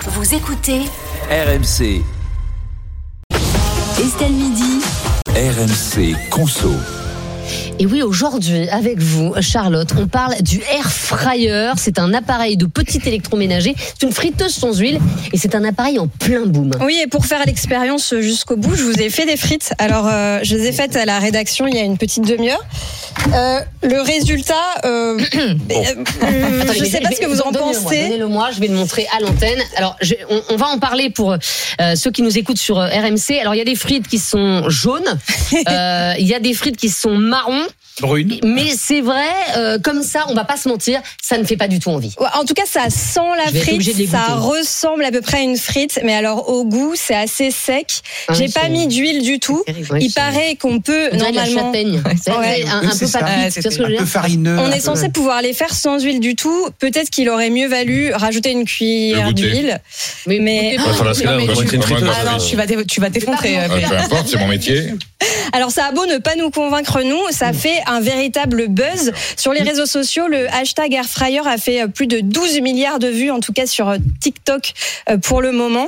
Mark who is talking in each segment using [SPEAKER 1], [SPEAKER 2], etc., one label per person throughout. [SPEAKER 1] Vous écoutez
[SPEAKER 2] RMC,
[SPEAKER 1] Estelle Midi.
[SPEAKER 2] RMC Conso.
[SPEAKER 3] Et oui, aujourd'hui, avec vous, Charlotte, on parle du air fryer. C'est un appareil de petit électroménager. C'est une friteuse sans huile et c'est un appareil en plein boom.
[SPEAKER 4] Oui, et pour faire l'expérience jusqu'au bout, je vous ai fait des frites. Alors, euh, je les ai faites à la rédaction il y a une petite demi-heure. Euh, le résultat, euh, euh,
[SPEAKER 3] Attendez,
[SPEAKER 4] je
[SPEAKER 3] mais
[SPEAKER 4] sais pas ce que vous en
[SPEAKER 3] donnez-le-moi,
[SPEAKER 4] pensez.
[SPEAKER 3] Donnez-le-moi, je vais le montrer à l'antenne. Alors, je- on, on va en parler pour euh, ceux qui nous écoutent sur euh, RMC. Alors, il y a des frites qui sont jaunes, euh, il y a des frites qui sont marron,
[SPEAKER 5] Brune.
[SPEAKER 3] mais c'est vrai, euh, comme ça, on va pas se mentir, ça ne fait pas du tout envie.
[SPEAKER 4] Ouais, En tout cas, ça sent la
[SPEAKER 3] Je vais être obligée de les
[SPEAKER 4] frite, ça
[SPEAKER 3] goûter.
[SPEAKER 4] ressemble à peu près à une frite, mais alors au goût, c'est assez sec.
[SPEAKER 3] Hein,
[SPEAKER 4] J'ai
[SPEAKER 3] c'est-
[SPEAKER 4] pas mis d'huile du tout.
[SPEAKER 3] Ouais,
[SPEAKER 4] Il
[SPEAKER 3] c'est-
[SPEAKER 4] paraît qu'on peut
[SPEAKER 3] on dirait de la
[SPEAKER 4] normalement
[SPEAKER 3] châtaigne, C'est-
[SPEAKER 4] Ouais.
[SPEAKER 3] c'est un,
[SPEAKER 5] Oui,
[SPEAKER 3] un
[SPEAKER 5] c'est
[SPEAKER 3] peu
[SPEAKER 5] ça.
[SPEAKER 3] papite, tu vois ce que je veux
[SPEAKER 5] Un
[SPEAKER 3] dire
[SPEAKER 5] peu
[SPEAKER 3] Ah,
[SPEAKER 5] farineux.
[SPEAKER 4] On
[SPEAKER 5] un
[SPEAKER 4] est
[SPEAKER 5] peu-
[SPEAKER 4] censé pouvoir les faire sans huile du tout. Peut-être qu'il aurait mieux valu rajouter une cuillère
[SPEAKER 6] Le goûter.
[SPEAKER 4] d'huile.
[SPEAKER 3] Oui,
[SPEAKER 4] Mais-
[SPEAKER 3] mais-
[SPEAKER 6] Ah, enfin, là, c'est là,
[SPEAKER 3] mais-
[SPEAKER 6] on va
[SPEAKER 5] tu-
[SPEAKER 6] goûter une
[SPEAKER 5] tu-
[SPEAKER 6] friteuse.
[SPEAKER 7] Ah non, tu vas, t'é- tu vas t'effondrer.
[SPEAKER 4] euh,
[SPEAKER 6] Ah, peu importe, c'est mon métier.
[SPEAKER 4] Alors ça a beau ne pas nous convaincre nous, ça fait un véritable buzz sur les réseaux sociaux. Le hashtag Airfryer a fait euh, plus de 12 milliards de vues en tout cas sur euh, TikTok euh, pour le moment.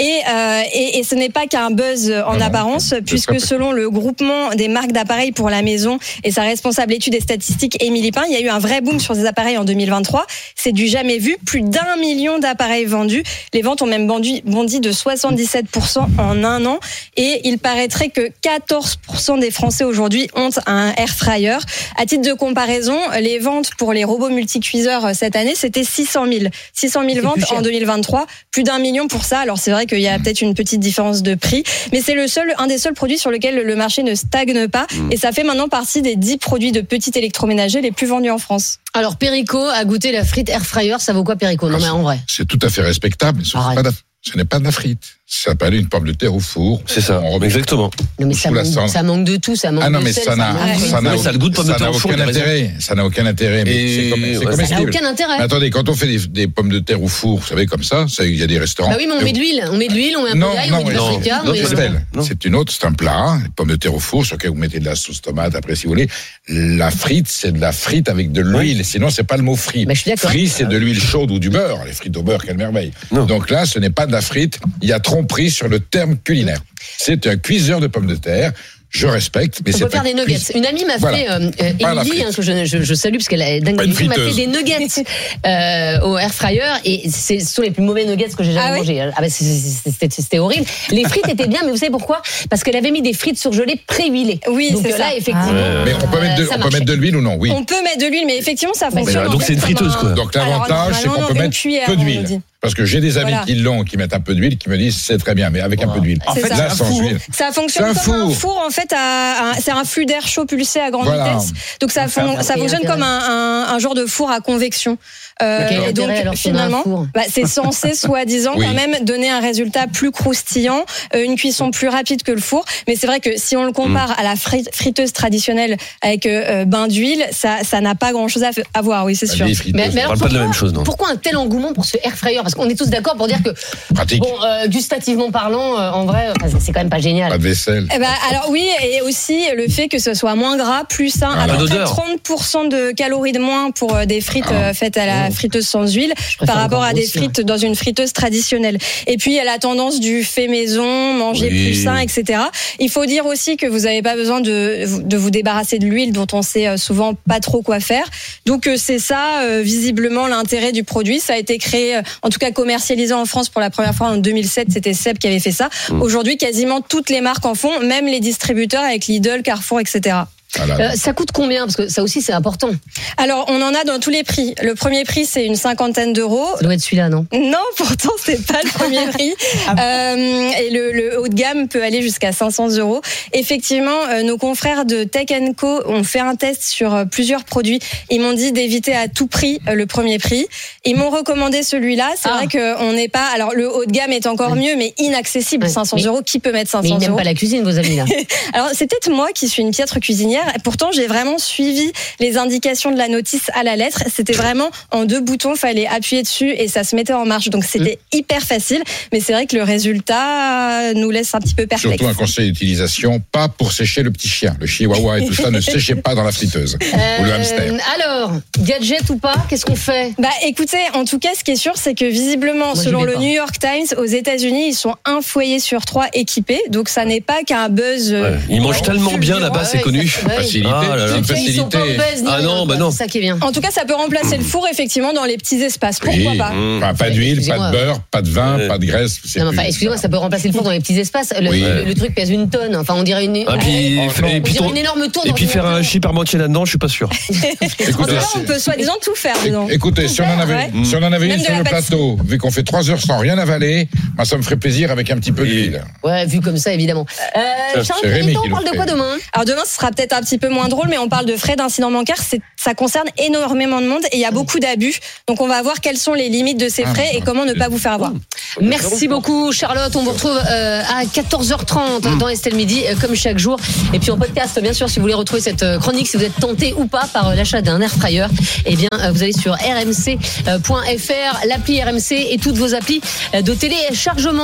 [SPEAKER 4] Et, euh, et, et ce n'est pas qu'un buzz euh, en
[SPEAKER 6] Non,
[SPEAKER 4] apparence,
[SPEAKER 6] très
[SPEAKER 4] puisque
[SPEAKER 6] peu.
[SPEAKER 4] selon le groupement des marques d'appareils pour la maison et sa responsable études et statistiques, Émilie Pain, il y a eu un vrai boom sur ces appareils en 2023. C'est du jamais vu, plus d'un million d'appareils vendus. Les ventes ont même bondi, bondi de 77% en un an. Et il paraîtrait que 14% des Français aujourd'hui ont un air fryer. À titre de comparaison, les ventes pour les robots multicuiseurs euh, cette année, c'était 600 000. 600 000 ventes en 2023, plus d'un million pour ça. Alors c'est vrai qu'il y a peut-être une petite différence de prix, mais c'est le seul, un des seuls produits sur lequel le marché ne stagne pas.
[SPEAKER 6] Mmh.
[SPEAKER 4] Et ça fait maintenant partie des 10 produits de petit électroménager les plus vendus en France.
[SPEAKER 3] Alors Perico a goûté la frite air fryer, ça vaut quoi Perico Non
[SPEAKER 6] Ah,
[SPEAKER 3] mais en vrai.
[SPEAKER 6] C'est tout à fait respectable, mais ce n'est
[SPEAKER 3] Arrête.
[SPEAKER 6] pas de la- ce n'est pas de la frite. Ça s'appelle une pomme de terre au four.
[SPEAKER 8] C'est ça,
[SPEAKER 6] On remet-
[SPEAKER 8] exactement.
[SPEAKER 3] Non mais ça
[SPEAKER 6] Sous la
[SPEAKER 3] manque,
[SPEAKER 6] cendre.
[SPEAKER 3] ça manque de tout, ça manque
[SPEAKER 6] Ah non,
[SPEAKER 3] de
[SPEAKER 6] mais
[SPEAKER 3] sel,
[SPEAKER 6] ça n'a
[SPEAKER 3] manque de-
[SPEAKER 6] ça n'a
[SPEAKER 8] Oui, ça a le goût de pomme de
[SPEAKER 6] ça
[SPEAKER 8] terre
[SPEAKER 6] n'a
[SPEAKER 8] au four,
[SPEAKER 6] aucun
[SPEAKER 8] t'as raison.
[SPEAKER 6] intérêt. Ça n'a aucun intérêt. mais
[SPEAKER 8] Et-
[SPEAKER 6] c'est com-
[SPEAKER 8] ouais,
[SPEAKER 6] c'est
[SPEAKER 8] ça n'a
[SPEAKER 3] ça n'a
[SPEAKER 6] comestible.
[SPEAKER 3] aucun intérêt.
[SPEAKER 6] Mais Attendez, quand on fait des, des pommes de terre au four, vous savez, comme ça, ça, il y a des restaurants.
[SPEAKER 3] Bah oui, mais on met de l'huile, on met de l'huile, on met un
[SPEAKER 6] Non,
[SPEAKER 3] peu d'ail, on
[SPEAKER 6] non,
[SPEAKER 3] met hein. du
[SPEAKER 6] non,
[SPEAKER 3] paprika, on
[SPEAKER 8] non,
[SPEAKER 3] met-
[SPEAKER 8] c'est
[SPEAKER 6] Estelle,
[SPEAKER 8] Non.
[SPEAKER 6] C'est une autre, c'est un plat, les pommes de terre au four sur lequel vous mettez de la sauce tomate après si vous voulez. La frite, c'est de la frite avec de l'huile, sinon c'est pas le mot frit.
[SPEAKER 3] Bah, je suis d'accord.
[SPEAKER 6] frit, c'est de l'huile chaude ou du beurre. Les frites au beurre, quelle merveille.
[SPEAKER 8] Non.
[SPEAKER 6] Donc là, ce n'est pas de la frite, il y a tromperie sur le terme culinaire. C'est un cuiseur de pommes de terre, je respecte, mais
[SPEAKER 3] On
[SPEAKER 6] c'est
[SPEAKER 3] peut faire
[SPEAKER 6] un
[SPEAKER 3] des
[SPEAKER 6] cuis-
[SPEAKER 3] nuggets. Une amie m'a
[SPEAKER 6] Voilà.
[SPEAKER 3] fait, euh, euh,
[SPEAKER 6] Pas la
[SPEAKER 3] Émilie,
[SPEAKER 6] frite.
[SPEAKER 3] hein, que je, je- je salue parce qu'elle est dingue,
[SPEAKER 6] Pas une
[SPEAKER 3] m'a fait
[SPEAKER 6] friteuse.
[SPEAKER 3] des nuggets euh, au air fryer et c'est- ce sont les plus mauvais nuggets que j'ai jamais
[SPEAKER 4] Ah oui
[SPEAKER 3] mangés. Ah bah, c'est- c'est- c'était c'était horrible. Les frites étaient bien, mais vous savez pourquoi Parce qu'elle avait mis des frites surgelées pré-huilées.
[SPEAKER 4] Oui,
[SPEAKER 3] Donc
[SPEAKER 4] c'est
[SPEAKER 3] euh, là,
[SPEAKER 4] ça.
[SPEAKER 3] effectivement,
[SPEAKER 6] Mais on peut
[SPEAKER 3] euh,
[SPEAKER 6] mettre de,
[SPEAKER 3] ça
[SPEAKER 6] on peut
[SPEAKER 3] marchait.
[SPEAKER 6] mettre de l'huile ou non Oui.
[SPEAKER 4] On peut mettre de l'huile, mais effectivement, ça fonctionne.
[SPEAKER 8] voilà,
[SPEAKER 4] en
[SPEAKER 8] donc
[SPEAKER 4] fait
[SPEAKER 8] c'est une
[SPEAKER 4] comme
[SPEAKER 8] friteuse,
[SPEAKER 4] un-
[SPEAKER 8] quoi.
[SPEAKER 6] Donc
[SPEAKER 4] Alors,
[SPEAKER 6] l'avantage, c'est qu'on
[SPEAKER 4] normalement,
[SPEAKER 6] peut
[SPEAKER 4] une
[SPEAKER 6] mettre
[SPEAKER 4] cuillère,
[SPEAKER 6] peu
[SPEAKER 4] on nous
[SPEAKER 6] d'huile.
[SPEAKER 4] dit.
[SPEAKER 6] Parce que j'ai des amis
[SPEAKER 4] Voilà.
[SPEAKER 6] qui l'ont, qui mettent un peu d'huile, qui me disent c'est très bien, mais avec un peu d'huile.
[SPEAKER 4] C'est ça.
[SPEAKER 6] là, sans huile.
[SPEAKER 4] Ça fonctionne
[SPEAKER 6] C'est un
[SPEAKER 4] comme un
[SPEAKER 6] four.
[SPEAKER 4] four en fait. à- à- c'est un flux d'air chaud pulsé à grande
[SPEAKER 6] Voilà.
[SPEAKER 4] vitesse. Donc ça, fon-
[SPEAKER 3] ça.
[SPEAKER 4] ça
[SPEAKER 3] Ok,
[SPEAKER 4] fonctionne
[SPEAKER 3] intéressant.
[SPEAKER 4] comme un, un- un genre de four à convection. Euh,
[SPEAKER 3] Quel
[SPEAKER 4] et donc
[SPEAKER 3] intérêt, alors, si on a un
[SPEAKER 4] finalement,
[SPEAKER 3] four
[SPEAKER 4] bah, c'est censé soi-disant
[SPEAKER 6] Oui.
[SPEAKER 4] quand même donner un résultat plus croustillant, euh, une cuisson plus rapide que le four. Mais c'est vrai que si
[SPEAKER 6] Mm.
[SPEAKER 4] on le compare à la fri- friteuse traditionnelle avec euh, euh, bain d'huile, ça ça n'a pas grand-chose à, f- à voir. Oui, c'est sûr.
[SPEAKER 6] Les frites,
[SPEAKER 3] Mais- mais
[SPEAKER 6] c'est
[SPEAKER 3] alors,
[SPEAKER 8] parle pas de la même chose, non.
[SPEAKER 3] Pourquoi un tel engouement pour ce air fryer Parce qu'on est tous d'accord pour dire que,
[SPEAKER 6] pratique.
[SPEAKER 3] bon, euh, gustativement parlant, euh, en vrai, euh, c'est quand même pas
[SPEAKER 6] Pas
[SPEAKER 3] génial.
[SPEAKER 6] de vaisselle.
[SPEAKER 4] Eh ben, alors oui, et aussi le fait que ce soit moins gras, plus sain,
[SPEAKER 6] Ah,
[SPEAKER 4] à peu près
[SPEAKER 8] l'odeur.
[SPEAKER 4] 30% de calories de moins pour euh, des frites
[SPEAKER 6] Ah.
[SPEAKER 4] euh, faites à la friteuse sans huile
[SPEAKER 3] préfère
[SPEAKER 4] par rapport
[SPEAKER 3] encore
[SPEAKER 4] à des
[SPEAKER 3] grossir.
[SPEAKER 4] frites dans une friteuse traditionnelle. Et puis il y a la tendance du fait maison, manger
[SPEAKER 8] Oui.
[SPEAKER 4] plus sain, etc. Il faut dire aussi que vous n'avez pas besoin de, de vous débarrasser de l'huile dont on sait euh, souvent pas trop quoi faire. Donc euh, c'est ça euh, visiblement l'intérêt du produit. Ça a été créé, euh, en tout cas commercialisé en France pour la première fois en 2007. C'était Seb qui avait fait ça. Aujourd'hui, quasiment toutes les marques en font, même les distributeurs avec Lidl, Carrefour, etc.
[SPEAKER 6] Voilà.
[SPEAKER 3] Euh, ça coûte combien Parce que ça aussi, c'est important.
[SPEAKER 4] Alors on en a dans tous les prix. Le premier prix c'est une cinquantaine d'euros.
[SPEAKER 3] Ça doit être celui-là, non
[SPEAKER 4] Non, pourtant c'est pas le premier prix.
[SPEAKER 3] Ah
[SPEAKER 4] Euh, et le, le haut de gamme peut aller jusqu'à 500 euros. Effectivement, euh, nos confrères de Tech Co ont fait un test sur euh, plusieurs produits. Ils m'ont dit d'éviter à tout prix euh, le premier prix. Ils m'ont recommandé celui-là. C'est
[SPEAKER 3] Ah.
[SPEAKER 4] vrai qu'on n'est pas. Alors le haut de gamme est encore mieux, mais inaccessible.
[SPEAKER 3] Ouais,
[SPEAKER 4] 500
[SPEAKER 3] mais-
[SPEAKER 4] euros, qui peut mettre
[SPEAKER 3] Mais ils
[SPEAKER 4] 500
[SPEAKER 3] n'aiment
[SPEAKER 4] euros
[SPEAKER 3] pas la cuisine, vos amis, là.
[SPEAKER 4] Alors c'est peut-être moi qui suis une piètre cuisinière, faire. Et pourtant, j'ai vraiment suivi les indications de la notice à la lettre. C'était vraiment en deux boutons, fallait appuyer dessus et ça se mettait en marche. Donc c'était
[SPEAKER 6] Mmh.
[SPEAKER 4] hyper facile. Mais c'est vrai que le résultat nous laisse un petit peu perplexes.
[SPEAKER 6] Surtout un conseil d'utilisation, pas pour sécher le petit chien. Le chihuahua et tout ça, ne séchez pas dans la friteuse. Ou le hamster.
[SPEAKER 3] Euh, alors, gadget ou pas, qu'est-ce qu'on fait
[SPEAKER 4] Bah écoutez, en tout cas, ce qui est sûr, c'est que visiblement,
[SPEAKER 3] Moi, j'y
[SPEAKER 4] selon
[SPEAKER 3] vais
[SPEAKER 4] le
[SPEAKER 3] pas.
[SPEAKER 4] New York Times, aux États-Unis, ils sont un foyer sur trois équipés. Donc ça n'est pas qu'un buzz. euh,
[SPEAKER 1] Ouais. Ils mangent tellement bien là-bas, c'est connu.
[SPEAKER 6] Facilité.
[SPEAKER 1] Ah là là.
[SPEAKER 6] c'est une
[SPEAKER 3] Tiens, Ils sont pas
[SPEAKER 6] euh, facilité. Oh,
[SPEAKER 3] obèses, ni
[SPEAKER 1] Ah
[SPEAKER 3] rien,
[SPEAKER 1] non,
[SPEAKER 3] quoi.
[SPEAKER 1] bah non.
[SPEAKER 3] C'est ça qui est bien.
[SPEAKER 4] En tout cas, ça peut remplacer le four effectivement dans les petits espaces. Pourquoi
[SPEAKER 6] Oui.
[SPEAKER 4] pas
[SPEAKER 1] Mmh.
[SPEAKER 6] Enfin, pas d'huile, pas
[SPEAKER 3] Excusez-moi.
[SPEAKER 6] de beurre, pas de vin,
[SPEAKER 1] Ouais.
[SPEAKER 6] pas de graisse. c'est
[SPEAKER 3] Non, mais enfin,
[SPEAKER 6] plus-
[SPEAKER 3] excusez-moi, ça peut remplacer le four dans les petits espaces. Le,
[SPEAKER 6] Oui.
[SPEAKER 3] le- le truc pèse une tonne. Enfin, on dirait une,
[SPEAKER 1] Ah, puis-
[SPEAKER 3] on
[SPEAKER 1] et puis
[SPEAKER 3] dirait
[SPEAKER 1] ton-
[SPEAKER 3] une énorme tour.
[SPEAKER 1] Et puis faire un chip parmentier là-dedans, je suis pas sûr.
[SPEAKER 4] En tout
[SPEAKER 6] Écoutez,
[SPEAKER 4] cas, on peut soi-disant tout faire dedans.
[SPEAKER 6] Écoutez, si on en avait,
[SPEAKER 4] Ouais.
[SPEAKER 6] si on en avait
[SPEAKER 4] Même
[SPEAKER 6] une
[SPEAKER 4] de
[SPEAKER 6] sur
[SPEAKER 4] la
[SPEAKER 6] le plateau, vu qu'on fait trois heures sans rien avaler, moi, ça me ferait plaisir avec un petit peu d'huile.
[SPEAKER 3] Ouais, vu comme ça, évidemment. Euh,
[SPEAKER 6] Ça, c'est
[SPEAKER 3] Charles
[SPEAKER 6] Rémi
[SPEAKER 3] Péniton,
[SPEAKER 6] qui
[SPEAKER 3] on parle
[SPEAKER 6] le
[SPEAKER 3] de quoi
[SPEAKER 6] fait.
[SPEAKER 3] demain
[SPEAKER 4] Alors demain, ce sera peut-être un petit peu moins drôle, mais on parle de frais d'incident bancaire. C'est- Ça concerne énormément de monde et il y a beaucoup d'abus. Donc on va voir quelles sont les limites de ces
[SPEAKER 6] Ah,
[SPEAKER 4] frais et comment ne pas vous faire avoir.
[SPEAKER 3] Merci beaucoup, Charlotte. On vous retrouve euh, à
[SPEAKER 1] Mm.
[SPEAKER 3] 14h30 dans Estelle Midi, euh, comme chaque jour. Et puis en podcast, bien sûr, si vous voulez retrouver cette euh, chronique, si vous êtes tenté ou pas par euh, l'achat d'un air fryer, eh bien, euh, vous allez sur rmc.fr, l'appli RMC et toutes vos applis euh, de téléchargement.